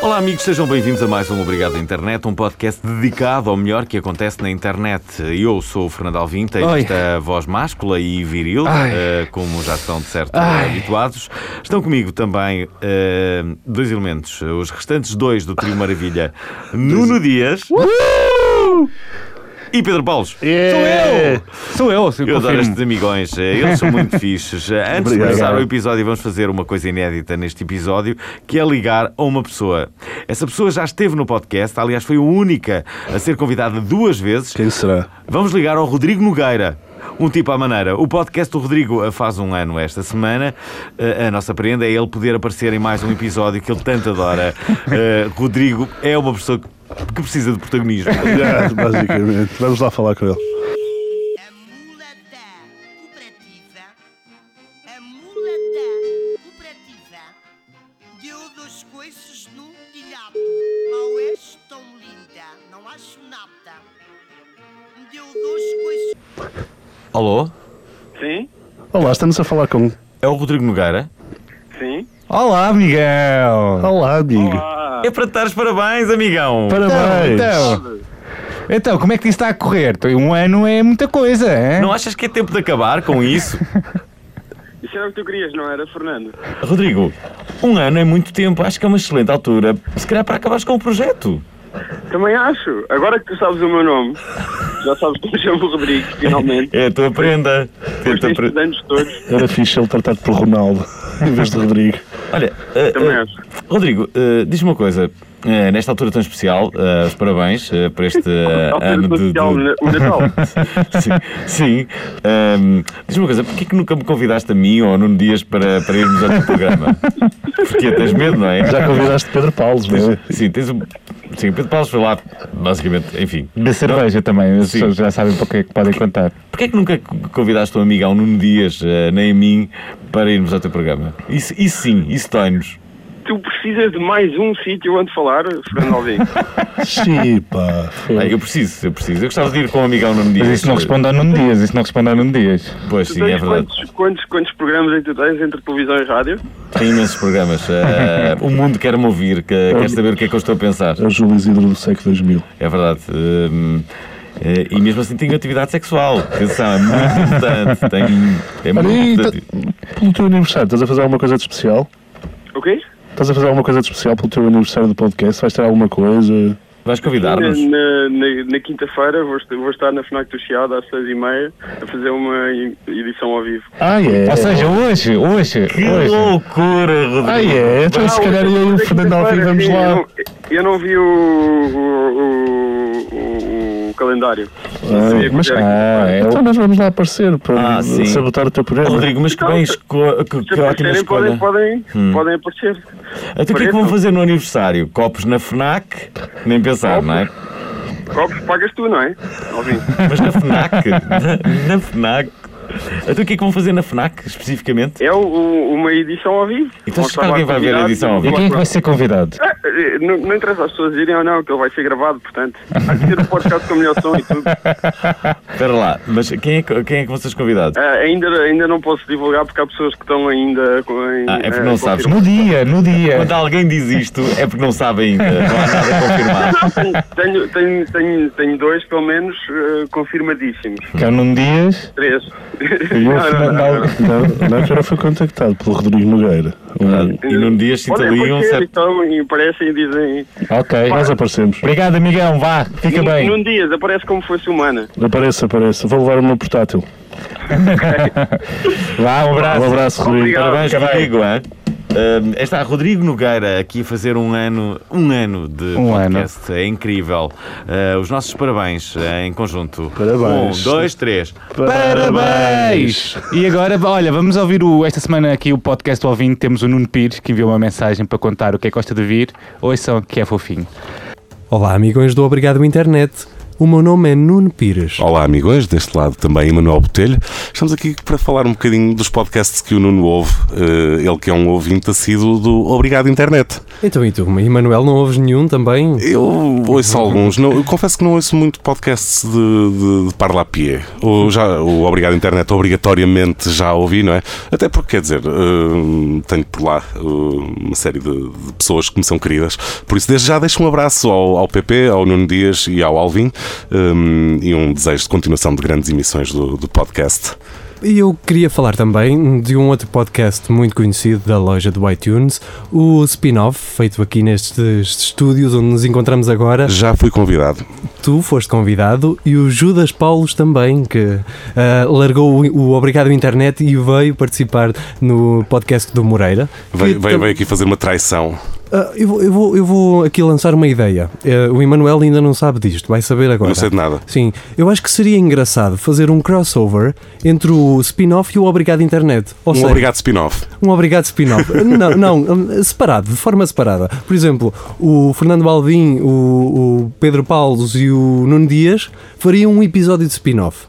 Olá, amigos, sejam bem-vindos a mais um Obrigado Internet, um podcast dedicado ao melhor que acontece na internet. Eu sou o Fernando Alvim, tenho Oi. esta voz máscula e viril, Ai. eh, como já estão de certo eh, Ai. habituados. Estão comigo também eh, dois elementos, os restantes dois do Trio Maravilha, Nuno Dias e Pedro Paulos. Sou eu! Sou eu, Eu adoro confirmo. estes amigões, eh, eles são muito fixes. Eh, Antes de Obrigado. começar o episódio, vamos fazer uma coisa inédita neste episódio, que é ligar a uma pessoa. Essa pessoa já esteve no podcast, aliás, foi a única a ser convidada duas vezes. Quem será? Vamos ligar ao Rodrigo Nogueira. Um tipo à maneira. O podcast do Rodrigo eh, faz um ano esta semana. Eh, A nossa prenda é ele poder aparecer em mais um episódio que ele tanto adora. Eh, Rodrigo é uma pessoa que que precisa de protagonismo. Yeah, É, basicamente. Vamos lá falar com ele. A mula da cooperativa, a mula da cooperativa, deu dois coices num telhado. Não és tão linda, não acho nada. Deu dois coices. Alô? Sim, Olá, estamos a falar com. É o Rodrigo Nogueira? sim. Ah, Olá, Miguel! Olá, amigo. Olá. É para te dar os parabéns, amigão! Parabéns. Então, então, como é que isso está a correr? Um ano é muita coisa, então. é? Não achas que é tempo de acabar com isso? Isso era o que tu querias, não era, Fernando? Rodrigo, um ano é muito tempo, acho que é uma excelente altura. Se calhar para acabares com o projeto. Também acho. Agora que tu sabes o meu nome, já sabes que me chamo Rodrigo, finalmente. É a tua prenda. Depois Tenta destes pre- anos todos, Era fixe ele tratado por Ronaldo em vez de Rodrigo. Olha, eh, é- também eh, acho. Rodrigo, eh, diz-me uma coisa. Eh, nesta altura tão especial, eh, os parabéns eh, por este eh, Ao ser ano de. social, de- o Natal. Sim, sim. Ahm, diz-me uma coisa, porquê que nunca me convidaste a mim ou a Nuno Dias para, para irmos ao teu programa? Porque tens medo, não é? Já convidaste Pedro Paulos, não é? Sim, tens um. Sim, Pedro Paulo foi lá, basicamente, enfim. Da cerveja também, as Sim. pessoas já sabem para o que é que podem contar. Porquê é que nunca convidaste um amigo ao Nuno Dias, eh, nem a mim, para irmos ao teu programa? Isso, isso sim, isso dói-nos. Tu precisas de mais um sítio onde falar, Fernando Alvim. é. Sim, pá. Ah, Eu preciso, eu preciso. Eu gostava de ir com um amigo ao Nuno Dias. Mas isso não responde ao Nuno Dias, isso não responde ao Nuno Dias. Pois Tu sim, é tens verdade. quantos, quantos, quantos programas é que tu tens entre televisão e rádio? Tem imensos programas. Eh, o mundo quer-me ouvir, que- quer saber o que é que eu estou a pensar. É o Júlio Isidro do século 2000. É verdade. Hum, eh, e mesmo assim tenho atividade sexual. Atenção, é muito importante. Tenho, é muito Olha, e importante. tá- pelo teu aniversário, estás a fazer alguma coisa de especial? O quê? Estás a fazer alguma coisa de especial pelo teu aniversário do podcast? Vais ter alguma coisa? Vais Na, convidar-nos? na, na- na quinta-feira vou, est- vou estar na FNAC do Chiado às seis e meia a fazer uma em- edição ao vivo. Ah, é. Ou seja, hoje, hoje, Que hoje. loucura, Rodrigo. Ah, é. Então, se Ah, calhar eu hoje e é o quinta-feira, Fernando Alvim vamos sim, Eu lá. não, eu não vi o, o- o- o- o calendário. Não sabia que mas- era Ah, é Então, o- nós vamos lá aparecer para Ah, sim. sabotar o teu programa. Rodrigo, mas que Então, bem esco... que, Se que ótima aparecerem, escolha. podem, Hum. podem, podem aparecer. Então o que é que vão fazer no aniversário? Copos na FNAC? Nem pensar, não é? Copos pagas tu, não é? Alvin? Mas na FNAC? na, na FNAC? Então o que é que vão fazer na FNAC, especificamente? É o- o- uma edição ao vivo. Então, Vão se estar alguém lá vai ver a convidados, edição ao E vivo. quem é que vai ser convidado? Ah, eh, Não, não interessa as pessoas irem ou não, que ele vai ser gravado, portanto. Há que ter um podcast com melhor som e tudo. Espera lá, mas quem é, que- quem é que vão ser os convidados? Ah, ainda, ainda não posso divulgar porque há pessoas que estão ainda. com- Em, Ah, é porque eh, não sabes. No dia, no dia. Quando alguém diz isto, é porque não sabe ainda, não há nada confirmado. Tenho, tenho, tenho, tenho dois, pelo menos, eh, confirmadíssimos. Que é o Nuno Dias. Três. Eu, Não, não, não, não, não. não, não, não, foi contactado pelo Rodrigo Nogueira. E num dia sinto Olha, ali um apareceram, certo. Então, e aparecem e dizem. Ok. Nós aparecemos. Obrigado, amigão. Vá, fica num, bem. num dia aparece como fosse humana. Aparece, aparece. Vou levar o meu portátil. Vá, um abraço. Um abraço, Rodrigo. Obrigado. Parabéns, Fica bem. Rodrigo, hein? Ahm, está Rodrigo Nogueira aqui a fazer um ano, um ano de Um podcast. É incrível. Ah, os nossos parabéns eh, em conjunto. Parabéns. Um, dois, três. Parabéns! E agora, olha, vamos ouvir o- esta semana aqui o podcast do ouvinte. Temos o Nuno Pires que enviou uma mensagem para contar o que é que gosta de vir. Ouçam que é fofinho. Olá, amigões do Obrigado Internet. O meu nome é Nuno Pires. Olá, amigos. Deste lado também Emanuel Botelho. Estamos aqui para falar um bocadinho dos podcasts que o Nuno ouve. eh, ele que é um ouvinte assíduo do Obrigado Internet. Então, e tu, Emanuel, não ouves nenhum também? Eu ouço alguns. Não, eu confesso que não ouço muito podcasts de, de, de parla a pie. O, já, o Obrigado Internet obrigatoriamente já ouvi, não é? Até porque, quer dizer, hum, tenho por lá hum, uma série de, de pessoas que me são queridas. Por isso, desde já deixo um abraço ao, ao PP, ao Nuno Dias e ao Alvin hum, e um desejo de continuação de grandes emissões do, do podcast. E eu queria falar também de um outro podcast muito conhecido da loja do iTunes, o spin-off, feito aqui nestes estúdios onde nos encontramos agora. Já fui convidado. Tu foste convidado e o Judas Paulos também, que ah, largou o, o Obrigado Internet e veio participar no podcast do Moreira. que Veio, veio- tam- veio aqui fazer uma traição. Ah, eu, vou, eu vou- eu vou aqui lançar uma ideia. Eh, o Emanuel ainda não sabe disto, vai saber agora. Não sei de nada. Sim, eu acho que seria engraçado fazer um crossover entre o spin-off e o Obrigado Internet. Ou Um seja, obrigado spin-off. um obrigado spin-off. não, não, hum, separado, de forma separada. Por exemplo, o Fernando Baldim, o, o Pedro Paulos e o Nuno Dias fariam um episódio de spin-off.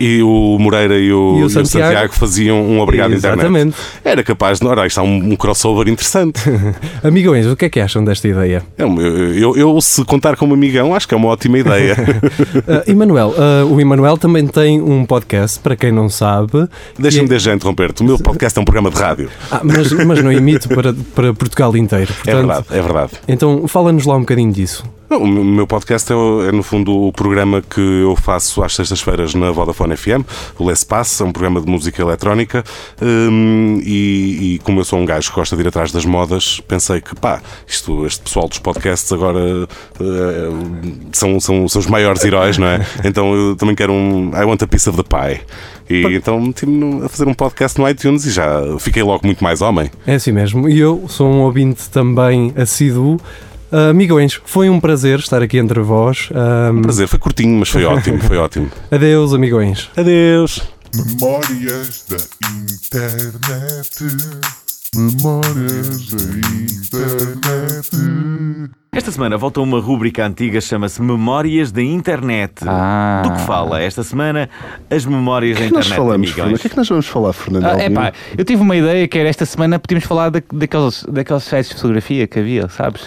E o Moreira e E o, o e o Santiago. Santiago faziam um obrigado Exatamente. internet. Era capaz de. Ora, isto é um, um crossover interessante. Amigões, o que é que acham desta ideia? É um- eu, eu- eu, se contar com um amigão, acho que é uma ótima ideia. Ah, Emanuel, ah, o Emanuel também tem um podcast, para quem não sabe. que Deixa-me é- desde já interromper-te. O meu podcast é um programa de rádio. Ah, mas, mas não emito para, para Portugal inteiro. Portanto, É verdade, é verdade. Então, fala-nos lá um bocadinho disso. Não, O meu podcast é, o- é, no fundo, o programa que eu faço às sextas-feiras na Vodafone FM, o Les Pass, é um programa de música eletrónica. hum, e, e como eu sou um gajo que gosta de ir atrás das modas, pensei que, pá, isto, este pessoal dos podcasts agora eh, são, são, são os maiores heróis, não é? Então eu também quero um I Want a Piece of the Pie. E então meti-me no- a fazer um podcast no iTunes e já fiquei logo muito mais homem. É assim mesmo. E eu sou um ouvinte também assíduo. Ah, amigões, foi um prazer estar aqui entre vós. Ah, Um Prazer, foi curtinho, mas foi ótimo, foi ótimo. adeus, amigões. Adeus! Memórias da internet. Memórias da internet. Esta semana volta uma rúbrica antiga, chama-se Memórias da Internet. Ah. Do que fala esta semana as memórias da que nós internet, falamos, Fernando? O amigões? que é que nós vamos falar, Fernando? Ah, Alvim? epá, eu tive uma ideia que era esta semana podíamos falar da, daqueles, daqueles sites de fotografia que havia, sabes?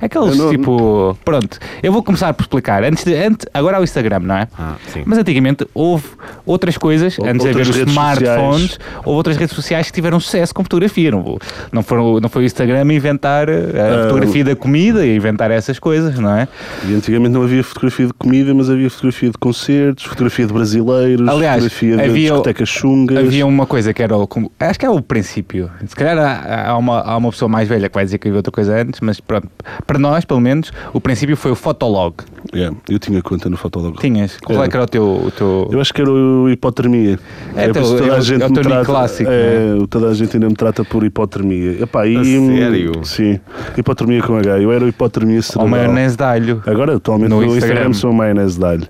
Aqueles Eu não- tipo. Pronto, eu vou começar por explicar. Antes de, antes, agora há o Instagram, não é? Ah, sim. Mas antigamente houve outras coisas, antes de haver outras os redes smartphones, houve outras redes sociais que tiveram sucesso com fotografia. Não, vou- não, foram, não foi o Instagram inventar eh, Ah, a fotografia da comida e inventar essas coisas, não é? E antigamente não havia fotografia de comida, mas havia fotografia de concertos, fotografia de brasileiros, Aliás, fotografia de havia- discotecas chungas. Havia uma coisa que era o. como- Acho que é o princípio. Se calhar há, há uma, há uma pessoa mais velha que vai dizer que havia outra coisa antes, mas pronto. Para nós, pelo menos, o princípio foi o Fotolog. É, eu tinha conta no Fotolog. Tinhas. Qual é que era o teu. O teu... Eu acho que era o hipotermia. É por teu- isso que é o- é o me teu trata- clássico, né? é, Toda a gente ainda me trata por hipotermia. Epá, e, hum, A sério? Sim. Hipotermia com H. Eu era o hipotermia Ou cerebral. maionese de alho. Agora, atualmente, No no, Instagram. Instagram sou maionese de alho.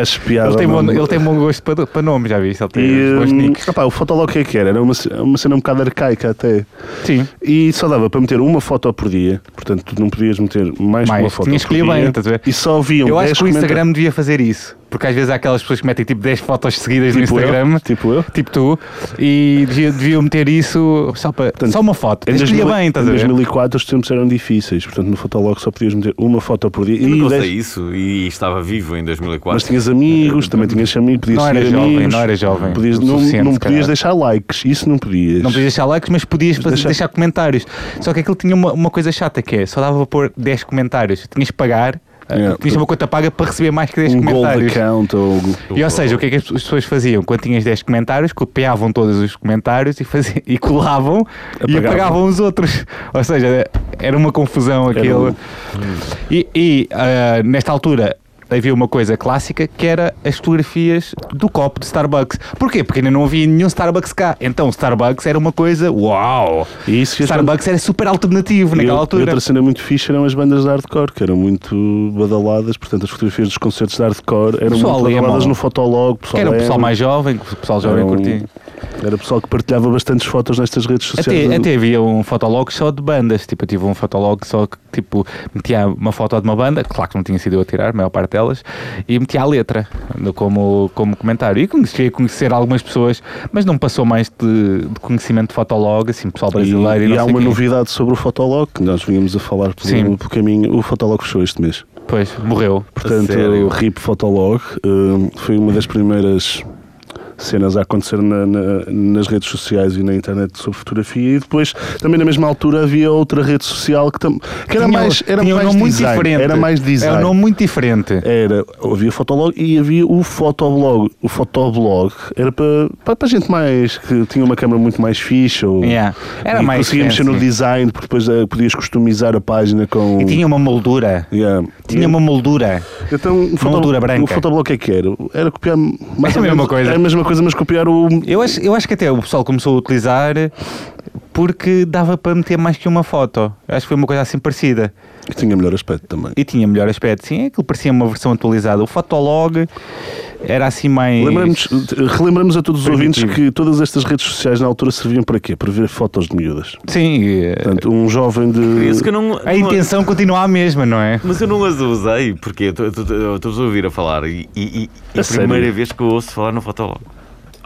acho piada. Ele tem, ao bom, nome. ele tem bom gosto para, para nome, já viste? Ele tem E, bons hum, nicks. epá, o Fotolog o que é que era? Era uma, uma cena um bocado arcaica até. Sim, E só dava para meter uma foto por dia, portanto tu não podias meter mais, que Mais, uma foto tinhas por que ir dia. bem, estás a ver? E um só viam eu 10 acho que o comentários. Instagram devia fazer isso. Porque às vezes há aquelas pessoas que metem tipo 10 fotos seguidas Tipo no eu? Instagram. Tipo eu? Tipo tu. E devia, deviam meter isso só, para, só uma foto. Em, Escolhia 2000 bem, estás em a ver? 2004 os tempos eram difíceis, portanto no Fotolog só podias meter uma foto por dia. Eu E nunca usei 10 isso e estava vivo em 2004. é mas tinhas amigos, também tinhas amigos, podias É, Não era seguir jovem, amigos, não era jovem podias, o não, suficiente, não se podias calhar. deixar likes, isso não podias. Não podias deixar likes, mas podias fazer- Deixar- deixar... comentários. Só que aquilo tinha uma, uma coisa chata que é, só dava para pôr 10 comentários. Tinhas que pagar, ah, Yeah. tinhas uma conta paga para receber mais que 10 um gold comentários. account ou algo. E ou seja, o que é que as pe- as pessoas faziam? Quando tinhas 10 comentários, copiavam todos os comentários e, faziam, e colavam e Apagavam. apagavam os outros. Ou seja, era uma confusão aquilo. um- E, e, ah, nesta altura havia uma coisa clássica que era as fotografias do copo de Starbucks. Porquê? Porque ainda não havia nenhum Starbucks cá. Então Starbucks era uma coisa, uau! E isso que as Starbucks era super alternativo E naquela eu- altura. Outra cena muito fixe eram as bandas de hardcore, que eram muito badaladas, portanto as fotografias dos concertos de hardcore eram Pessoal muito ali é badaladas mau. no Fotolog. Pessoal Que era o é, pessoal mais jovem, que o pessoal jovem Era um- curtia. Era pessoal que partilhava bastantes fotos nestas redes sociais. Até, até havia um fotolog só de bandas, tipo, eu tive um fotolog só que, tipo, metia uma foto de uma banda, claro que não tinha sido eu a tirar, a maior parte delas, e metia a letra no- como, como comentário. E conheci, conhecer algumas pessoas, mas não passou mais de, de conhecimento de fotolog, assim, pessoal E, brasileiro e, e não há sei uma quê. novidade sobre o Fotolog, que nós vínhamos a falar Sim. pelo, pelo caminho. O Fotolog fechou este mês. Pois, morreu. Portanto, sério? o RIP Fotolog hum, foi uma das primeiras cenas a acontecer na- na- nas redes sociais e na internet sobre fotografia e depois também na mesma altura havia outra rede social que, tam- que era Tinha- mais era tinha um mais nome muito design, diferente. era mais design É É um nome muito diferente. era, havia Fotolog e havia o Fotoblog. O Fotoblog era para, para, para gente mais que tinha uma câmera muito mais fixa. Ou, Yeah. Era e mais conseguia mexer fancy. no design, porque depois eh, podias customizar a página com. E tinha uma moldura. Yeah. Tinha uma moldura. Então, o moldura branca. O Fotoblog o que é que era? Era copiar. Mais É a ou mesma menos- coisa. É a mesma coisa, mas copiar o. Eu acho, eu acho que até o pessoal começou a utilizar porque dava para meter mais que uma foto. Acho que foi uma coisa assim parecida. E tinha melhor aspecto também. E tinha melhor aspecto, sim. Aquilo parecia uma versão atualizada. O Fotolog era assim mais. Lembramos, relembramos a todos os ouvintes Primitivo. que todas estas redes sociais na altura serviam para quê? Para ver fotos de miúdas. Sim, e, Portanto, um jovem É Isso que de. eu não, a não- intenção continua a mesma, não é? Mas eu não as usei, porque eu estou- estou- eu estou-vos a ouvir a falar e, e, e- e A a sério? primeira vez que eu ouço falar no Fotolog.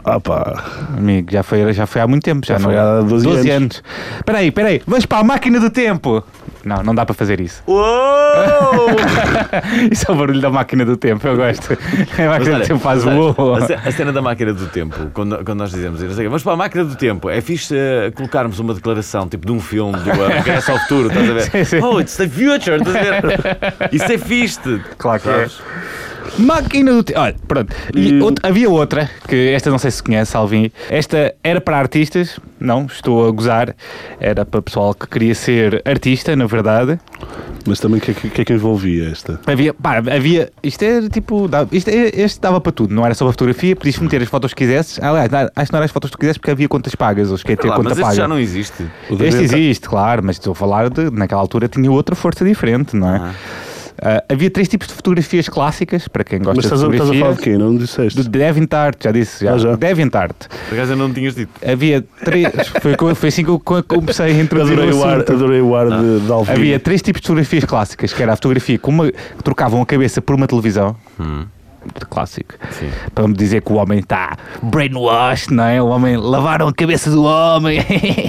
Ah, pá. Amigo, já foi, já foi há muito tempo. Já, Já não é? foi há 12 anos. Espera aí, espera aí. Vamos para a máquina do tempo. Não, não dá para fazer isso. Uou! Isso é o barulho da máquina do tempo. Eu gosto. A Mas máquina do olha, assim, tempo faz sabe, uou. a ce- a cena da máquina do tempo, quando, quando nós dizemos, não sei o quê, vamos para a máquina do tempo, é fixe eh, colocarmos uma declaração tipo de um filme do eh, Regresso ao Futuro, estás a ver? Sim, sim. Oh, it's the future, estás a ver? Isso é fixe. Claro que é. sabes? Máquina do tempo. Olha, pronto. E E- out- havia outra, que esta não sei se conhece, Alvin. Esta era para artistas, não, estou a gozar. Era para pessoal que queria ser artista, na verdade. Mas também o que, é que- o que é que envolvia esta? Havia, pá, havia. Isto era tipo. dava- Isto, é- este dava para tudo, não era só para fotografia, podias meter as fotos que quisesses. Aliás, não, acho que não era as fotos que tu quisesses porque havia contas pagas, ou É esqueci de ter Lá, conta mas isso paga. já não existe. Este existe, claro, mas estou a falar de. Naquela altura tinha outra força diferente, não é? Ah, havia três tipos de fotografias clássicas, para quem gosta Mas estás de a, estás a fotografia. falar de quê? Não disseste? Do DeviantArt, já disse, já. Ah, já. DeviantArt. Por acaso eu não tinhas dito. Havia três. foi, co- foi assim que eu co- comecei a introduzir Adorei o o ar, assunto. adorei o ar de, de Alvin. Ah. Havia três tipos de fotografias clássicas, que era a fotografia com uma, que trocavam a cabeça por uma televisão. Clássico. Para me dizer que o homem está brainwashed, não é? O homem lavaram a cabeça do homem.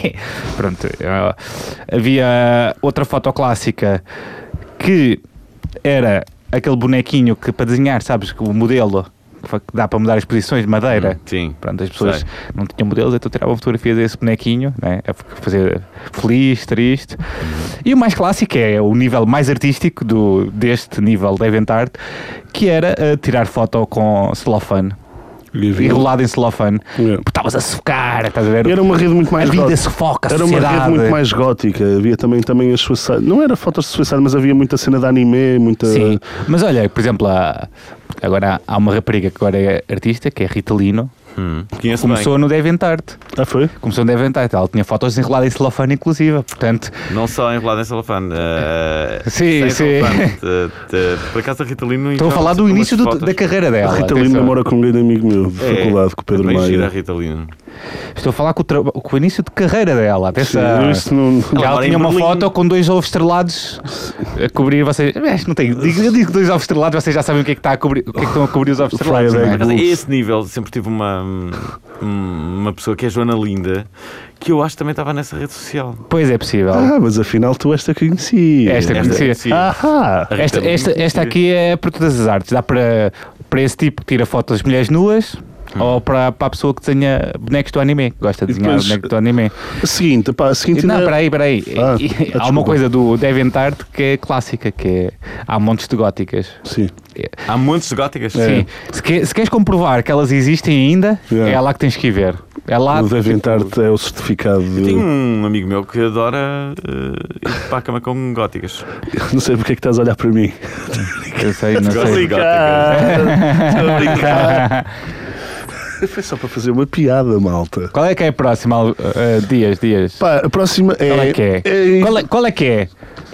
Pronto. ah, Havia outra foto clássica que era aquele bonequinho que para desenhar, sabes, que o modelo que dá para mudar as posições de madeira. Sim. Pronto, as pessoas Sei. não tinham modelos, então tiravam fotografias desse bonequinho, né? a f- fazer feliz, triste. Uhum. E o mais clássico é o nível mais artístico do, deste nível da Event Art, que era eh, tirar foto com celofane, E havia- enrolado em celofane, Yeah. porque estavas a sufocar, estás a ver? É. Era uma rede muito a mais vida gótica. sufoca, a Era uma sociedade. rede muito mais gótica. Havia também, também as suicide. Não era fotos de suicide, mas havia muita cena de anime, muita. Sim, mas olha, por exemplo, há- agora há uma rapariga que agora é artista, que é Rita Lino, Conheço começou no Devent Art. Ah, foi? Começou no Devent Art, ela tinha fotos enroladas em celofane, inclusive, portanto... bem. Não só enrolado em celofane. eh, Sim, sem sim. celofane. Te- te- Por acaso a Rita Lee não Estou a falar do início do- da carreira A dela. Rita Lino atenção. namora com um grande amigo meu de É, faculdade, com o um Pedro É, bem gira a Maia. Rita Lee. é? Estou a falar com o, tra- com o início de carreira dela. Sim, Atenção. isso não- Ela, Agora tinha em uma Berlim. foto com dois ovos estrelados a cobrir vocês. Mas não tenho. digo- Eu digo dois ovos estrelados, vocês já sabem o que é que, está a cobrir, o que é que estão a cobrir os ovos Fried estrelados. não é? Mas a Wolves. esse nível sempre tive uma, hum, uma pessoa que é a Joana Linda, que eu acho que também estava nessa rede social. Pois é possível. Ah, mas afinal tu esta é conheci. Esta é conhecia. sim. Ah, A Rita Esta, Lee esta, não esta conhecia. aqui é para todas as artes. Dá para, para esse tipo que tira fotos das mulheres nuas ou para, para a pessoa que desenha bonecos do anime. que Gosta de E desenhar depois- bonecos do anime. a seguinte, pá, a seguinte. Não, ainda- peraí, peraí. Ah, E- e- ah, há desculpa. uma coisa do DeviantArt que é clássica, que é há montes de góticas. Sim. Há montes de góticas. É. É. Sim. Se, que- se queres comprovar que elas existem ainda, Yeah. é lá que tens que ir ver. É lá. O da Ventarte é o certificado de... Tenho um amigo meu que adora eh, ir para a cama com góticas. Não sei porque é que estás a olhar para mim. Eu sei, não Gosto de sei. góticas. Estou a brincar. Foi só para fazer uma piada, malta. Qual é que é a próxima? Al- eh, dias, dias. Pá, a próxima é. Qual é que é? Qual é, qual é que é?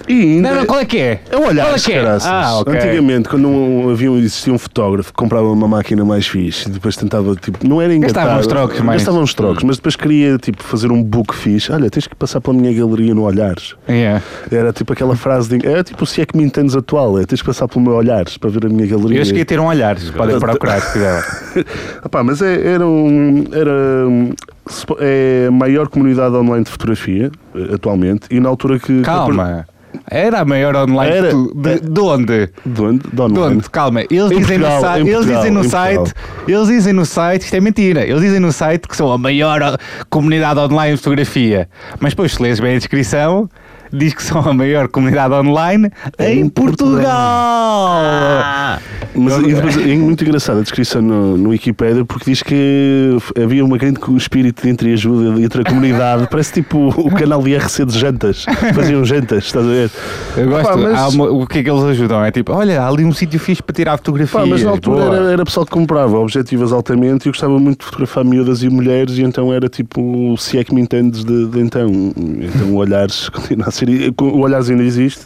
E Não, ainda- não, qual é que é? É o olhar, Qual é que é? caraças. Ah, ok. Antigamente, quando um, havia, um- existia um fotógrafo que comprava uma máquina mais fixe, e depois tentava, tipo, não era engatar. Gastava uns trocos mais. Gastava uns trocos, mas depois queria, tipo, fazer um book fixe. Olha, tens que passar pela minha galeria no Olhares. Yeah. Era tipo aquela frase de. Era tipo, se é que me entendes atual, é tens que passar pelo meu Olhares para ver a minha galeria. Eu cheguei a ter um olhar, podem procurar se quiser. Ah pá, mas é- era um. Era, um- supo- é a maior comunidade online de fotografia, eh, atualmente, e na altura que. Calma. Era a maior online Era. tu- de, de onde? De onde? De De online. onde? Calma. Eles Em dizem, Portugal, no, em site, eles Portugal, dizem no em site, eles dizem no site, isto é mentira. Eles dizem no site que são a maior o- comunidade online de fotografia. Mas depois, se lês bem a descrição, diz que são a maior comunidade online em, Em Portugal. Mas e depois, é muito engraçada a descrição no, no Wikipedia porque diz que havia uma grande co- espírito de entreajuda entre a comunidade. Parece tipo o canal de IRC de jantas. Faziam jantas, estás a ver? Eu gosto. Pá, mas- há uma- o que é que eles ajudam? É tipo, olha, há ali um sítio fixe para tirar fotografia. Pá, mas na altura Boa. era, era pessoal que comprava objetivas altamente e eu gostava muito de fotografar miúdas e mulheres e então era tipo, se é que me entendes de, de então. Então o Olhares continua a ser... O Olhares ainda existe.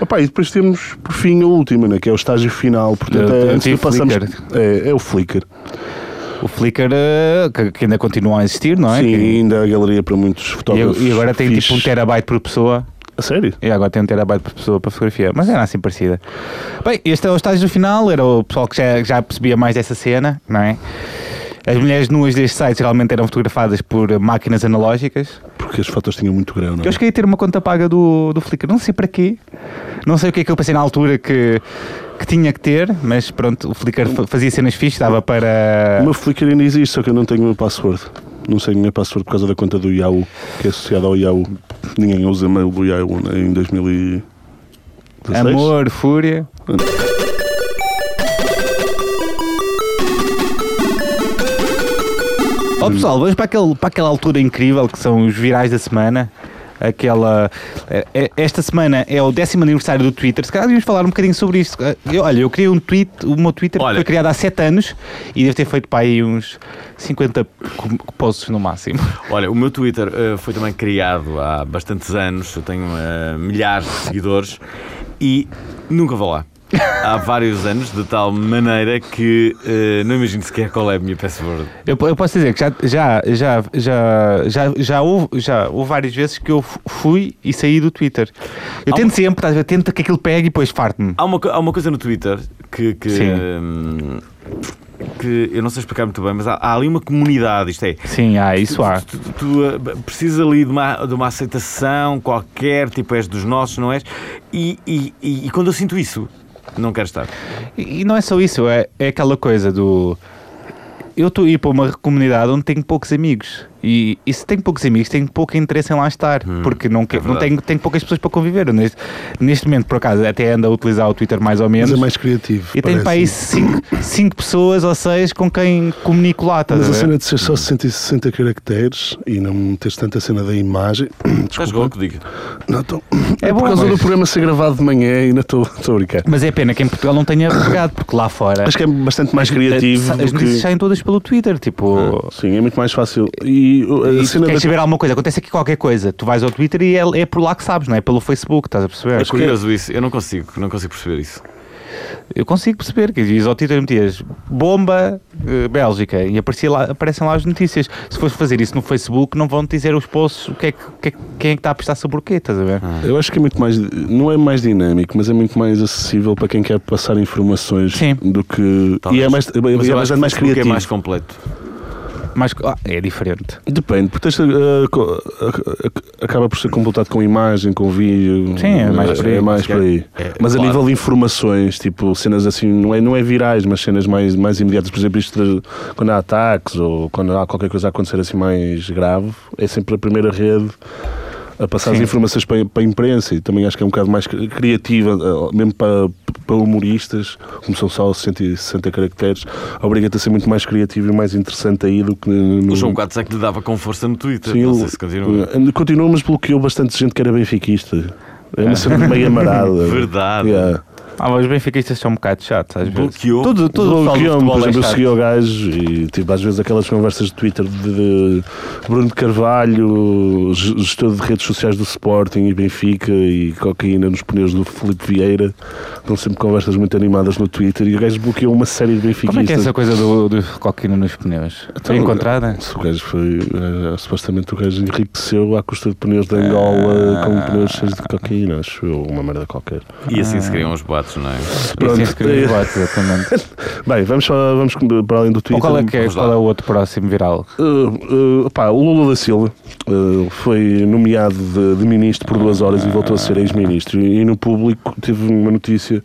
Opá, e depois temos, por fim, a última, né, que é o estágio final. Portanto, Eu- é, eu antes de tive passarmos... Flickr. É, é o Flickr. O Flickr eh, que, que ainda continua a existir, não é? Sim, Que- ainda há galeria para muitos E, fotógrafos. e agora tem tipo um fixes. terabyte por pessoa. A sério? E agora tem um terabyte por pessoa para fotografia. Mas era assim parecida. Bem, este é o estágio do final. Era o pessoal que já, já percebia mais dessa cena, não é? As mulheres nuas deste site geralmente eram fotografadas por máquinas analógicas. Porque as fotos tinham muito grão, não é? Eu cheguei a ter uma conta paga do, do Flickr, não sei para quê. Não sei o que é que eu pensei na altura que, que tinha que ter, mas pronto, o Flickr fa- fazia cenas fixas, dava para. O meu Flickr ainda existe, só que eu não tenho o meu password. Não sei a minha password por causa da conta do Yahoo, que é associada ao Yahoo. Ninguém usa mail do Yahoo né, em 2016. Amor, fúria. Ó pessoal, vamos para, aquele, para aquela altura incrível que são os virais da semana. Aquela. eh, eh, Esta semana é o décimo aniversário do Twitter. Se calhar devíamos falar um bocadinho sobre isto. Eu, olha, eu criei um tweet, o meu Twitter Olha. foi criado há 7 anos e deve ter feito para aí uns 50 co- posts no máximo. Olha, o meu Twitter eh, foi também criado há bastantes anos, eu tenho eh, milhares de seguidores e nunca vou lá. Há vários anos, de tal maneira que eh, não imagino sequer qual é a minha password. Eu, po- eu posso dizer que já, já, já, já, já, já, houve, já houve várias vezes que eu fu- fui e saí do Twitter. Eu Há tento sempre, estás a ver? Tento que aquilo pegue e depois farto-me. Há uma, co- há uma coisa no Twitter que. que, Sim. hum, que eu não sei explicar muito bem, mas há, há ali uma comunidade, isto é. Sim, há, isso há. Tu, tu- tu, eh, b- precisas ali de uma, de uma aceitação qualquer, tipo és dos nossos, não és? E, e- e- e quando eu sinto isso, não quero estar. E, e não é só isso, é, é aquela coisa do. Eu estou a ir para uma comunidade onde tenho poucos amigos. E, e se tenho poucos amigos, tenho pouco interesse em lá estar. porque não, que- não verdade. tenho, tenho poucas pessoas para conviver. Eu Neste, neste momento, por acaso, até ando a utilizar o Twitter mais ou menos. Mas é mais criativo. E tenho para aí 5 pessoas ou 6 com quem comunico lá. Estás Mas a assim, a ver? cena de ser só 160 caracteres e não teres tanta cena da imagem. Estás louco, digo. Não, estou. É É, bom, por causa mas- do programa ser gravado de manhã e ainda estou estou a brincar. Mas é pena que em Portugal não tenha pegado, porque lá fora Acho que é bastante mais criativo. as do notícias que... saem todas pelo Twitter. Tipo, Sim, é muito mais fácil. E uh, a e tu cena queres da saber alguma coisa, acontece aqui qualquer coisa, tu vais ao Twitter e é, é por lá que sabes, não é? Pelo Facebook, estás a perceber? É curioso isso, eu não consigo, não consigo perceber isso. Eu consigo perceber que diz ao Twitter e metias bomba eh, Bélgica e aparecia lá, aparecem lá as notícias. Se fores fazer isso no Facebook, não vão te dizer os posts o que é que, o que é que- quem é que está a postar sobre o quê, estás a ver? Eu acho que é muito mais, não é mais dinâmico, mas é muito mais acessível para quem quer passar informações Sim. do que. Talvez. E é mais, é, Mas eu é acho que bastante mais o Facebook criativo. é mais completo. Mas ah, é diferente. Depende, porque tens, uh, co- a- a- acaba por ser completado com imagem, com vídeo. Sim, é mais por aí, É mais por aí. É, mas a claro. nível de informações, tipo cenas assim, não é, não é virais, mas cenas mais, mais imediatas. Por exemplo, isto de- quando há ataques ou quando há qualquer coisa a acontecer assim mais grave, é sempre a primeira rede a passar as informações para, para a imprensa e também acho que é um bocado mais cri- criativa, eh, mesmo para, para humoristas, como são só 160 caracteres, obriga-te a ser muito mais criativo e mais interessante aí do que no, O João Quadros é que lhe dava com força no Twitter. não sei se continua. ele- Eh, continua, mas bloqueou bastante gente que era benfiquista. É uma cena meio amarada. Verdade. Uhum. Yeah. Ah, mas os benfiquistas são um bocado chatos às vezes. Bloqueou. Tudo, tudo o pessoal do Bloqueou-me, futebol por exemplo, eu é chato. segui o gajo e tipo, às vezes aquelas conversas de Twitter de, de Bruno de Carvalho, ge- gestor de redes sociais do Sporting e Benfica e cocaína nos pneus do Felipe Vieira. Dão sempre conversas muito animadas no Twitter e o gajo bloqueou uma série de benfiquistas. Como Então, é que é essa coisa do, do coquina nos pneus? Foi encontrada? Se o gajo foi. eh, supostamente o gajo enriqueceu à custa de pneus de Angola com Ah. pneus cheios de cocaína, acho eu, uma merda qualquer. E assim se criam os boatos, não é? E assim Pronto. se criou o boato, exatamente. Bem, vamos, para- vamos para além do Ou Twitter. qual é, que é, vamos lá. qual é o outro próximo viral? Uh, uh, pá, o Lula da Silva uh, foi nomeado de, de ministro por duas horas e voltou a ser ex-ministro. E, e no público tive uma notícia.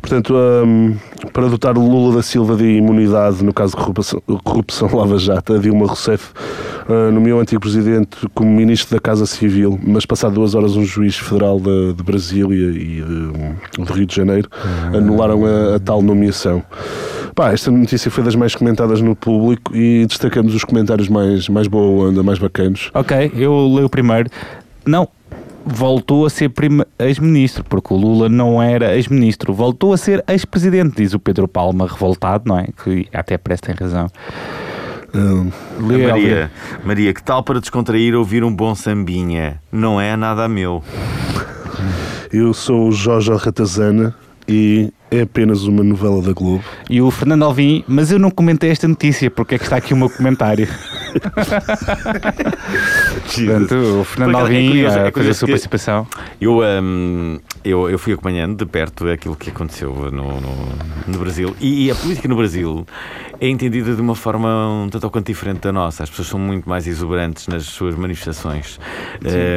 Portanto, um, para dotar o Lula da Silva de imunidade no caso de corrupção, corrupção Lava Jato, a Dilma Rousseff uh, nomeou o antigo presidente como ministro da Casa Civil, mas passado duas horas um juiz federal de, de Brasília e eh, de, de Rio de Janeiro anularam a- a tal nomeação. Pá, esta notícia foi das mais comentadas no público e destacamos os comentários mais, mais boa onda, mais bacanos. Ok, eu leio o primeiro. Não, voltou a ser prime- ex-ministro, porque o Lula não era ex-ministro. Voltou a ser ex-presidente, diz o Pedro Palma, revoltado, não é? Que até parece que tem razão. Lê, A Alvin. Maria, Maria, que tal para descontrair ouvir um bom sambinha? Não é nada meu. Eu sou o Jorge Ratazana e é apenas uma novela da Globo. E o Fernando Alvim, mas eu não comentei esta notícia, porque é que está aqui o meu comentário. Portanto, o Fernando Por acaso, é Alvim curioso, é a fazer a curioso sua que- participação. Eu, hum, eu, eu fui acompanhando de perto aquilo que aconteceu no, no, no Brasil. E, e a política no Brasil é entendida de uma forma um tanto ou quanto diferente da nossa. As pessoas são muito mais exuberantes nas suas manifestações.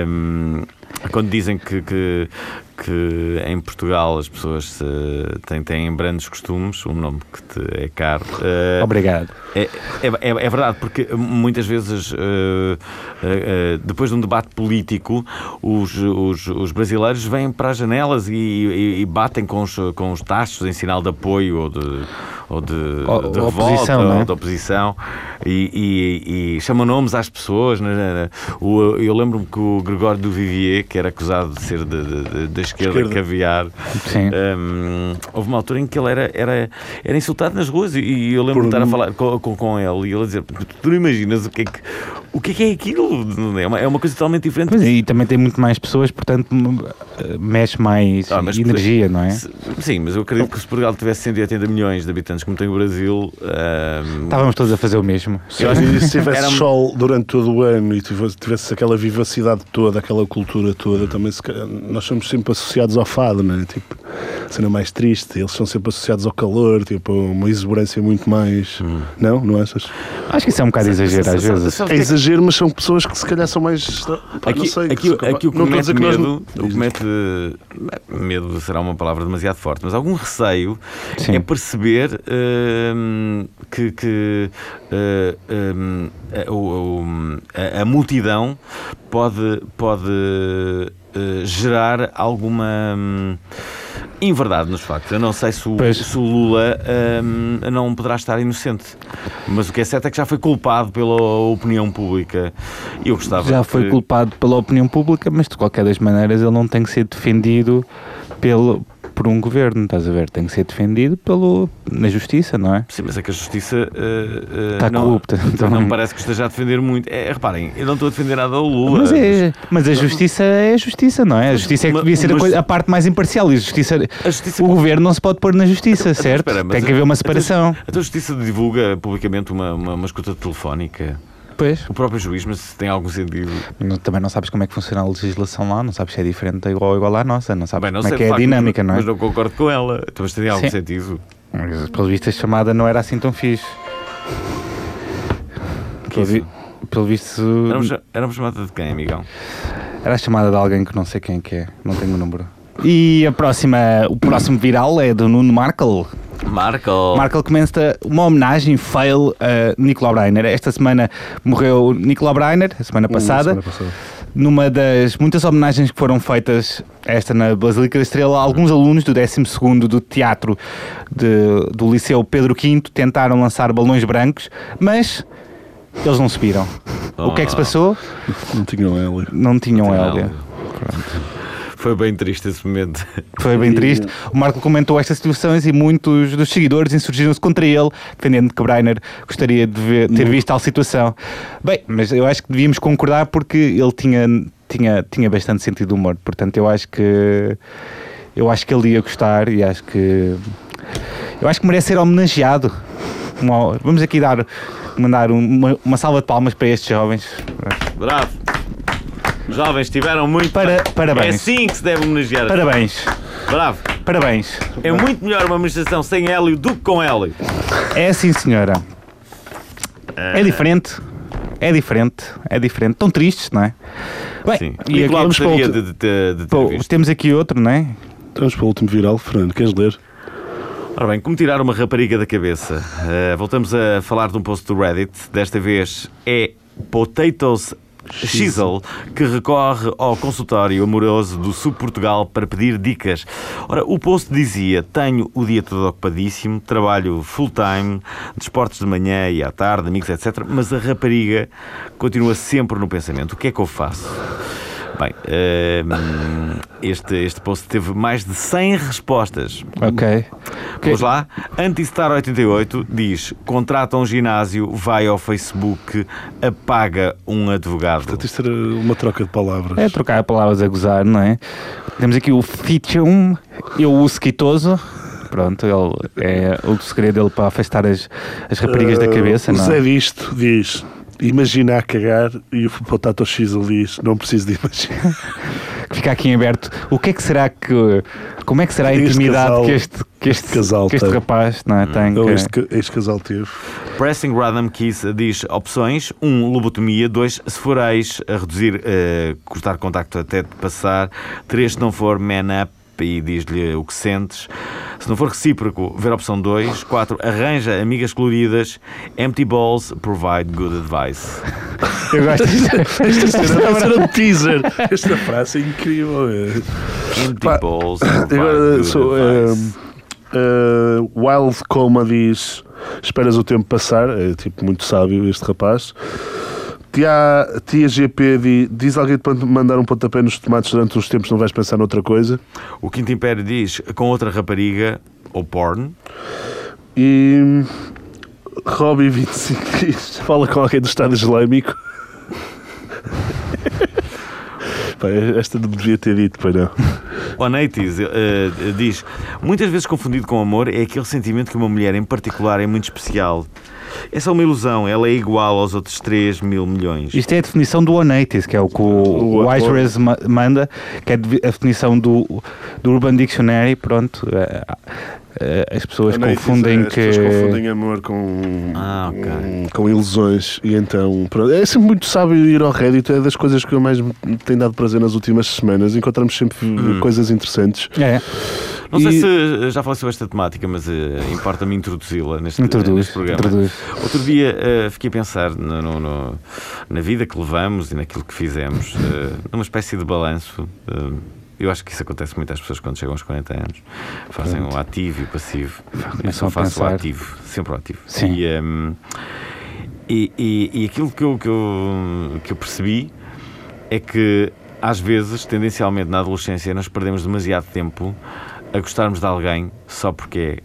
Hum, quando dizem que, que, que em Portugal as pessoas se- têm, têm brandos costumes, um nome que te é caro. eh, Obrigado. é, é- é- é verdade, porque muitas vezes, eh, eh, eh, depois de um debate político, os, os- os brasileiros vêm para as janelas e, e- e batem com os, com os tachos em sinal de apoio ou de, ou de, Ou- de revolta ou oposição, não é? ou de oposição e, e- e chamam nomes às pessoas. né, né, né. O- eu lembro-me que o Gregório do Vivier, que era acusado de ser de- de- de- da esquerda, Esquerda. caviar, Sim. hum, houve uma altura em que ele era, era, era insultado nas ruas e, e eu lembro-me de estar a falar com, com, com ele e ele a dizer: Tu não imaginas o que é que, o que, é, que é aquilo? É uma, é uma coisa totalmente diferente. Mas e também tem muito mais pessoas, portanto m- mexe mais Ah, mas- energia, não é? Se- Sim, mas eu acredito que se Portugal tivesse 180 milhões de habitantes, como tem o Brasil, hum, Estávamos todos a fazer o mesmo. Eu acho E se tivesse Era- um- sol durante todo o ano e tivesse, tivesse aquela vivacidade toda, aquela cultura toda, também se calhar- nós somos sempre associados ao fado, não é? Tipo, a cena mais triste, eles são sempre associados ao calor, tipo, a uma exuberância muito mais. Hum. Não? Não achas? Acho que isso é um bocado exagero às sabe- vezes. sabe- É exagero, mas são pessoas que se calhar são mais. Pá, não Aqui, sei, aqui, que- aqui o que não me mete estou a dizer que nós não- medo, o que mete eh, medo será uma palavra demasiado forte, mas algum receio Sim. é perceber eh, que, que, eh, eh, a, o- o- a- a multidão pode, pode eh, gerar alguma hum, inverdade nos factos. Eu não sei se o, Pois. se o Lula hum, não poderá estar inocente, mas o que é certo é que já foi culpado pela opinião pública. E Eu gostava Já foi que- culpado pela opinião pública, mas de qualquer das maneiras ele não tem que ser defendido pelo, por um governo, estás a ver? Tem que ser defendido pelo, na justiça, não é? Sim, mas é que a justiça eh, eh, Está não- corrupta. então Não também. me parece que esteja a defender muito. É, reparem, eu não estou a defender nada ao Lula. Então, Mas, é, mas a justiça é a justiça, não é? A justiça é que Mas- devia ser a, mas- coisa- a parte mais imparcial. E a justiça, A justiça- o governo não se pode pôr na justiça, Então, é certo? espera, mas Tem que a- haver uma a- separação. A tua justiça divulga publicamente uma, uma, uma escuta telefónica. Pois. O próprio juiz, mas se tem algum sentido. Não- Também não sabes como é que funciona a legislação lá, não sabes se é diferente ou igual, igual à nossa, não sabes Bem, não como sei é que é de a facto, dinâmica, não é? Mas não concordo com ela. Então, mas teria algum Sim. sentido. Mas, pelo visto, a chamada não era assim tão fixe. Pelo, vi- pelo visto, Éramos, éramos chamada de quem, amigão? era a chamada de alguém que não sei quem que é, não tenho o número. E a próxima, o próximo viral é do Nuno Markle. Marco. Markle começa uma homenagem fail a Nicolau Breiner. Esta semana morreu Nicolau Breiner, a semana Hum, Uh, passada. semana passada. numa das muitas homenagens que foram feitas, esta na Basílica da Estrela, alguns alunos do 12 do Teatro de- do Liceu Pedro V tentaram lançar balões brancos, mas eles não subiram. O que é que se passou? Não tinham Hélio. Não tinham Hélio. Foi bem triste esse momento. Foi bem triste. O Marco comentou estas situações e muitos dos seguidores insurgiram-se contra ele, defendendo que Breiner gostaria de ver- ter visto tal situação. Bem, mas eu acho que devíamos concordar porque ele tinha, tinha, tinha bastante sentido de humor. Portanto, eu acho que eu acho que ele ia gostar e acho que eu acho que merece ser homenageado. Uma- vamos aqui dar mandar um- uma, uma salva de palmas para estes jovens. Bravo. Jovens, tiveram muito. Para- É parabéns. assim que se deve homenagear. Parabéns, Bravo. parabéns. É muito melhor uma administração sem Hélio do que com Hélio. É sim, senhora. É diferente. É diferente. É diferente. Estão tristes, não é? Bem, Sim. e E aqui claro, vamos para gostaria outro. de, de, de, de ter Pô, visto. temos aqui outro, não é? Vamos para o último viral, Fernando, queres ler? Ora bem, como tirar uma rapariga da cabeça? Eh, voltamos a falar de um post do Reddit. Desta vez é Potatoes Chisel que recorre ao consultório amoroso do Sul Portugal para pedir dicas. Ora, o post dizia: Tenho o dia todo ocupadíssimo, trabalho full-time, desportos de manhã e à tarde, amigos, etc. Mas a rapariga continua sempre no pensamento: O que é que eu faço? Bem, ehm, este, este post teve mais de 100 respostas. Ok. Vamos lá. Antistar88 diz: contrata um ginásio, vai ao Facebook, apaga um advogado. Isto era uma troca de palavras. É trocar palavras a gozar, não é? Temos aqui o Fitchum, eu uso quitoso. Pronto, ele, é o segredo dele para afastar as, as raparigas da cabeça, o não Ah, Zé é? disto diz: imagina a cagar, e o Potato X diz: não preciso de imaginar. Que Fica aqui em aberto. O que é que será que. Como é que será a Este intimidade casal- que este, que este, casal que este tem. rapaz não é, tem? Ou que- este, ca- este casal teve. Pressing Radham Kiss diz opções: 1. Um, lobotomia. 2. Se for ex, a reduzir, eh, cortar contacto até de passar. 3. Se não for, man up. E diz-lhe o que sentes. Se não for recíproco, ver a opção 2. 4. Arranja amigas coloridas. Empty balls provide good advice. Eu gosto Este era um teaser. Esta frase é incrível. é. Empty Pá, balls provide Agora good sou. ehm, advice. eh, eh, Wild Coma diz: Esperas o tempo passar. É tipo muito sábio este rapaz. Tia, tia GP di- diz alguém para mandar um pontapé nos tomates durante uns tempos, não vais pensar noutra coisa. O Quinto Império diz com outra rapariga ou porn. E Robbie 25 diz: fala com alguém do Estado Islâmico. Pá, esta não devia ter dito, pois não. O Anaitis eh, diz: Muitas vezes confundido com amor é aquele sentimento que uma mulher em particular é muito especial. É só uma ilusão, ela é igual aos outros 3 mil milhões. Isto é a definição do Onatis, que é o que o, o O- Iceres ma- manda, que é de- a definição do, do Urban Dictionary. Pronto, eh, eh, as pessoas confundem As que. pessoas confundem amor com, Ah, ok. com- com ilusões. E então, pronto, é sempre muito sábio ir ao Reddit. É das coisas que eu mais me tenho dado prazer nas últimas semanas. Encontramos sempre Hum. coisas interessantes. É, Não sei e- se eh, já falei sobre esta temática, mas eh, importa-me introduzi-la neste, introduz, neste programa. introduz. Outro dia eh, fiquei a pensar no- no- no- na vida que levamos e naquilo que fizemos, eh, numa espécie de balanço. eh, eu acho que isso acontece muito às pessoas quando chegam aos 40 anos. Fazem o ativo e o passivo. Eu Começam só a faço o pensar. ativo, sempre o ativo. Sim. E, ehm, e, e- e aquilo que eu, que, eu, que eu percebi é que às vezes, tendencialmente na adolescência, nós perdemos demasiado tempo a gostarmos de alguém só porque é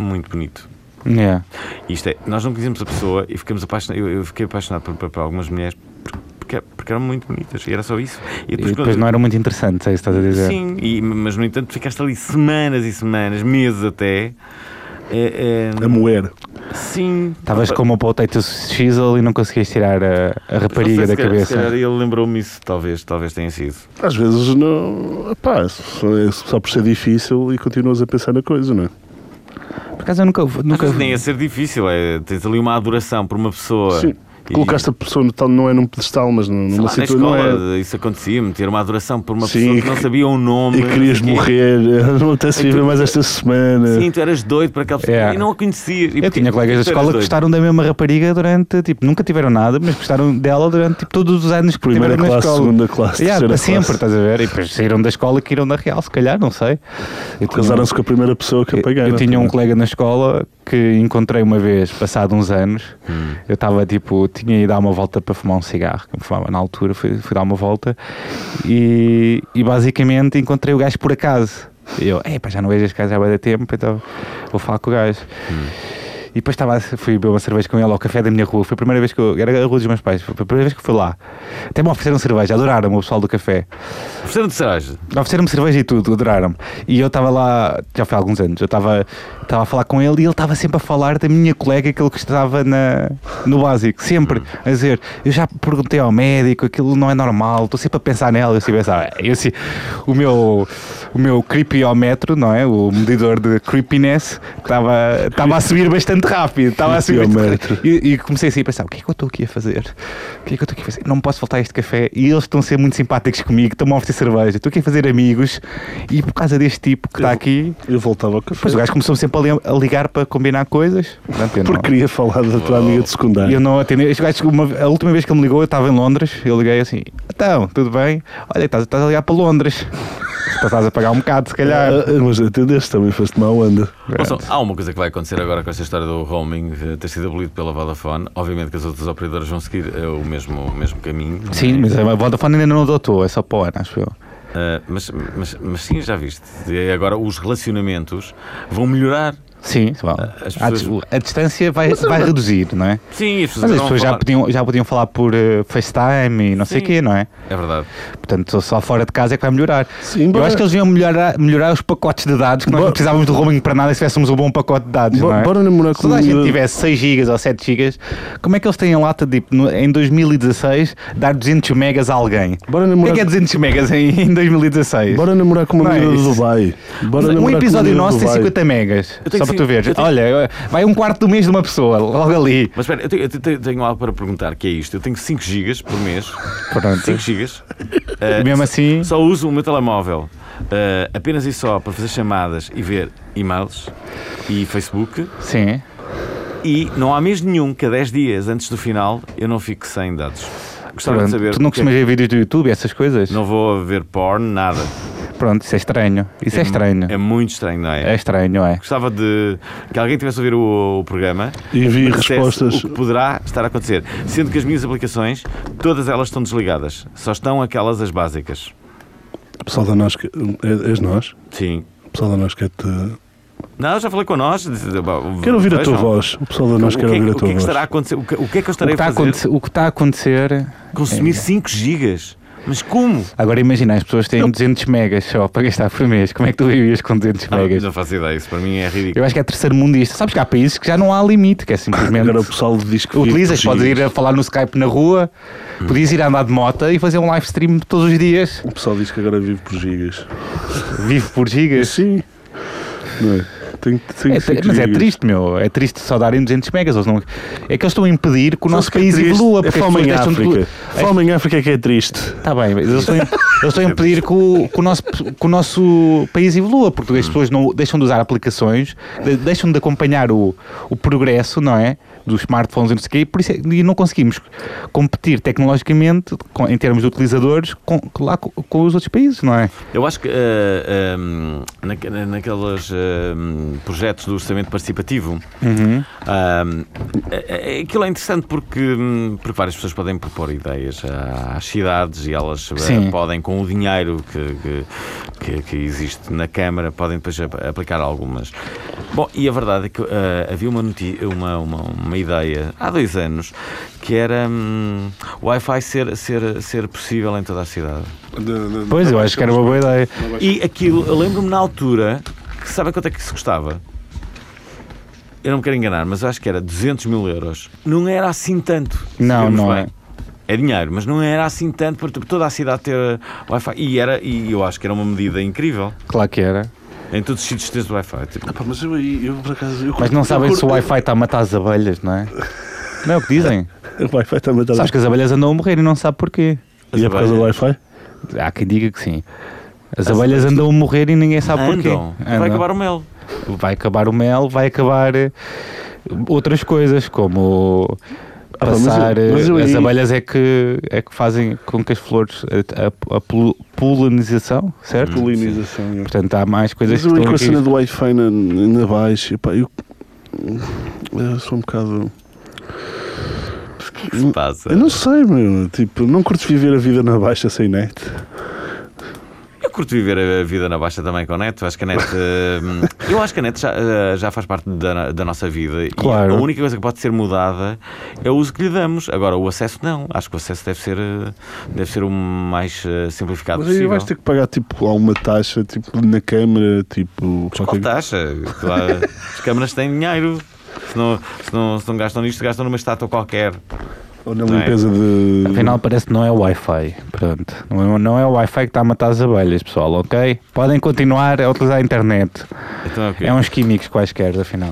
muito bonito. Yeah. Isto é, nós não conhecemos a pessoa e ficamos apaixonados. Eu, eu fiquei apaixonado por, por- por algumas mulheres porque, porque eram muito bonitas e era só isso. E depois não era muito interessante, é isso que estás a dizer. Sim, e- mas no entanto ficaste ali semanas e semanas, meses até. É, A moer. é, sim. Estavas Opa, como o potato chisel e não conseguias tirar a, a não sei se rapariga da calhar- se calhar cabeça. ele lembrou-me isso, talvez, talvez tenha sido. Às vezes, não. Pá, só, é só por ser difícil e continuas a pensar na coisa, não é? Por acaso eu nunca. Às nunca vezes nem ia ser difícil, é, tens ali uma adoração por uma pessoa Sim. E- Colocaste a pessoa no tal, não é num pedestal, mas num- Sei lá, numa na situação. Não escola é, isso acontecia, meter uma adoração por uma Sim, pessoa e que não que- sabia o nome. e querias não sei o quê. morrer, não até se viver mais esta semana. Sim, tu eras doido para aquela pessoa né? É. e não a conhecias. E Eu porquê? tinha colegas Tu da eras escola que doido. gostaram da mesma rapariga durante, tipo, nunca tiveram nada, mas gostaram dela durante tipo, todos os anos que Primeira tiveram classe, na escola. segunda classe, Yeah, terceira para sempre, estás classe. a ver? E depois saíram da escola que iram na real, se calhar, não sei. Eu um- tinha- Casaram-se com a primeira pessoa que eu- apagaram. Eu tinha um colega na escola que encontrei uma vez, passado uns anos. Eu estava tipo, tinha ido dar uma volta para fumar um cigarro, que eu fumava na altura, fui, fui dar uma volta e, e basicamente encontrei o gajo por acaso. E eu, é já não vejo este gajo há bem tempo, então vou falar com o gajo. E depois estava, a- fui beber uma cerveja com ele ao café da minha rua. Foi a primeira vez que eu. Era a rua dos meus pais. Foi a primeira vez que fui lá. Até me ofereceram cerveja. Adoraram-me o pessoal do café. Professor de Saraj, Ofereceram-me cerveja e tudo, adoraram-me. E eu estava lá, já foi há alguns anos, eu estava estava a falar com ele e ele estava sempre a falar da minha colega que ele gostava na, no básico, sempre a dizer: Eu já perguntei ao médico, aquilo não é normal, estou sempre a pensar nela. Eu assim pensava, "Ah, eu, assim, o meu, o meu creepyometro, não é? O medidor de creepiness estava estava a subir bastante rápido, estava a subir bastante Creepyometro. e, e comecei assim a pensar: o que é que eu estou aqui a fazer? O que é que eu estou aqui a fazer? Não me posso faltar a este café. E eles estão a ser muito simpáticos comigo, estão-me a oferecer cerveja, estou aqui a fazer amigos. E por causa deste tipo que está aqui, Eu voltava ao café. depois o gajo começou sempre a, li- a ligar para combinar coisas. Portanto, eu não- Porque queria falar da tua amiga e de eu secundário. não atendi. Este gajo, uma- a última vez que ele me ligou, eu estava em Londres. Eu liguei assim: então, tudo bem? Olha, estás, estás a ligar para Londres. Estás a pagar um bocado, se calhar. Ah, mas atendeste também, foste mal anda. É. ouçam, há uma coisa que vai acontecer agora com esta história do roaming eh, ter sido abolido pela Vodafone. Obviamente que as outras operadoras vão seguir eh, o, mesmo, o mesmo caminho. não é? Sim, mas a Vodafone ainda não adotou, é só para o ano, acho eu. Eh, mas, mas, mas sim, já viste. E agora os relacionamentos vão melhorar. Sim, bom, As a, pessoas- dis- a distância vai, vai reduzir, não é? Sim, as pessoas, Mas vão as pessoas já falar. podiam, já podiam falar por eh, FaceTime e não sei o Sim. quê, não é? É verdade. Portanto, só fora de casa é que vai melhorar. Sim, Eu bora. acho que eles iam melhorar, melhorar os pacotes de dados, que nós não Bora. precisávamos do roaming para nada se tivéssemos um bom pacote de dados, não Bo- é? Bora namorar se com toda uma a gente miúda- tivesse 6 GB ou 7 GB, como é que eles têm a lata de, no- em 2016, dar 200 megas a alguém? Bora O que é namorar que é 200 megas em, em 2016? Bora namorar com Não uma é menina isso. do Dubai. Bora um namorar com episódio uma menina nosso do tem Dubai. 50 megas. Eu tenho Só para tu cinco- veres. eu tenho- Olha, vai um quarto do mês de uma pessoa, logo ali. Mas espera, eu tenho, eu te- tenho algo para perguntar, que é isto. Eu tenho 5 gigas por mês. Pronto. 5 gigas. Ah, E mesmo assim. Só uso o meu telemóvel eh, apenas e só para fazer chamadas e ver e-mails e Facebook. Sim. E não há mês nenhum que a 10 dias antes do final eu não fico sem dados. Gostava Pronto, de saber. tu não o que é que- costumas ver vídeos do YouTube, essas coisas? Não vou ver porn, nada. Pronto, isso é estranho. Isso é, estranho. É muito estranho, não É... é? estranho, é. Gostava de que alguém tivesse a ouvir o, o programa Envie que dissesse respostas. o que poderá estar a acontecer. Sendo que as minhas aplicações, todas elas estão desligadas. Só estão aquelas as básicas. Pessoal da nós, que- é- és nós? Sim. O pessoal da nós quer te. Não, já falei com nós. Quero ouvir a tua Vejam. voz. O pessoal da nós o que, é quer que- ouvir a o que tua é que voz. estará a acontecer? O que, o que é que eu O que estarei está a a fazer? acontecer. o que está a acontecer- É. Consumir 5 gigas? Mas como? Agora imagina, as pessoas têm 200 megas só para gastar por mês. Como é que tu vivias com 200 Ah, megas? não faço ideia, isso para mim é ridículo. Eu acho que é terceiro mundista. Sabes que há países que já não há limite, que é simplesmente. Agora o pessoal diz que. vive Utilizas, por podes gigas. ir a falar no Skype na rua, Hum. podias ir a andar de moto e fazer um live stream todos os dias. O pessoal diz que agora vive por gigas. Vivo por gigas. Sim. Não é? Tem, tem É que ser tri- mas é gigas. triste, meu. É triste só darem 200 megas. Eles não... É que eles estão a impedir que o nosso Sabes que é país triste? evolua. É Porque fome em as pessoas África. deixam de... Fome em África é que é triste. Está Tá bem, mas eles estão, a im- eles estão a impedir que o, que o nosso, que o nosso país evolua, porque as pessoas não deixam de usar aplicações, de- deixam de acompanhar o, o progresso, não é? Dos smartphones e não sei o quê, e por isso é- e não conseguimos competir tecnologicamente, com- em termos de utilizadores, com, lá com, com os outros países, não é? Eu acho que ah, ahm, naque- na- naqueles ahm, projetos do orçamento participativo, ahm, é- é- aquilo é interessante porque, hum, porque várias pessoas podem propor ideias à- às cidades e elas ah, Sim. podem, com o dinheiro que, que- que- que existe na Câmara, podem depois ap- aplicar algumas. Bom, e a verdade é que ah, havia uma, noti- uma, uma, uma ideia há dois anos que era hum, o Wi-Fi ser, ser, ser possível em toda a cidade. Pois, eu acho que era uma boa ideia. E aquilo, eu lembro-me na altura que sabe quanto é que se custava? Eu não me quero enganar, mas eu acho que era 200 mil euros. Não era assim tanto. se Não, virmos não bem. é. É dinheiro, mas não era assim tanto para t- toda a cidade ter Wi-Fi. E, era, e eu acho que era uma medida incrível. Claro que era. Em todos os sítios teres Wi-Fi. Tipo, Pá, mas eu aí, eu por acaso. eu Mas curto- não eu sabem se o curto- Wi-Fi está a matar as abelhas, não é? Não é o que dizem? O Wi-Fi também está Sabes que as abelhas andam a morrer e não sabe porquê. E é por causa do Wi-Fi? Há quem diga que sim. As, abelhas andam a morrer e ninguém sabe porquê. Andam. Andam. Vai acabar o mel. Vai acabar o mel, vai acabar eh, outras coisas, como Ah, pá, mas passar. eu- mas eu eh, as aí- abelhas é que, é que fazem com que as flores. A, a- a polu- polinização, certo? Polinização. é. Portanto, há mais coisas Mas que eu estão aí com a aqui. cena do Wi-Fi na, na baixo, epá, eu, eu sou um bocado. Se passa. Eu não sei, meu. Tipo, não curto viver a vida na baixa sem net. É Eu curto viver a vida na baixa também com a net. Acho que a net. eh, eu acho que a net já, eh, já faz parte da, da nossa vida. E Claro. a única coisa que pode ser mudada é o uso que lhe damos. Agora, o acesso não. Acho que o acesso deve ser, eh, deve ser o mais eh, simplificado Mas aí possível. vais ter que pagar tipo alguma taxa, tipo na câmara, tipo. Qual qualquer- taxa? Claro, as câmaras têm dinheiro. Se não, se, não, se não gastam nisto, gastam numa estátua qualquer. Ou na Não é? limpeza de. Afinal, parece que não é o Wi-Fi. Pronto. Não é, não é o Wi-Fi que está a matar as abelhas, pessoal, ok? Podem continuar a utilizar a internet. Então é o quê? É uns químicos quaisquer, afinal.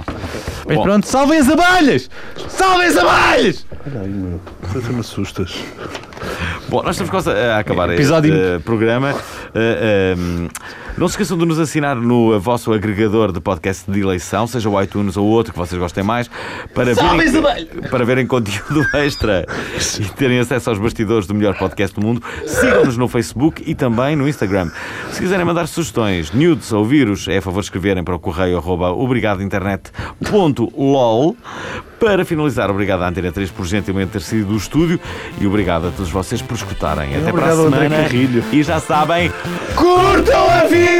Mas Bom. pronto, salvem as abelhas! Salvem as abelhas! Ai, meu. Você me assustas. Bom, nós estamos quase a acabar Episódio- este eh, programa. Eh, ehm, não se esqueçam de nos assinar no eh, vosso agregador de podcast de eleição, seja o iTunes ou outro que vocês gostem mais, para verem, para verem conteúdo extra e terem acesso aos bastidores do melhor podcast do mundo. Sigam-nos no Facebook e também no Instagram. Se quiserem mandar sugestões, nudes ou vírus, é a favor de escreverem para o correio arroba obrigadointernet.lol. Para finalizar, obrigado à Antena 3 por gentilmente ter sido do estúdio e obrigado a todos vocês por escutarem. Até para a Obrigado, André semana. Carrilho. E já sabem, Curtam a vida!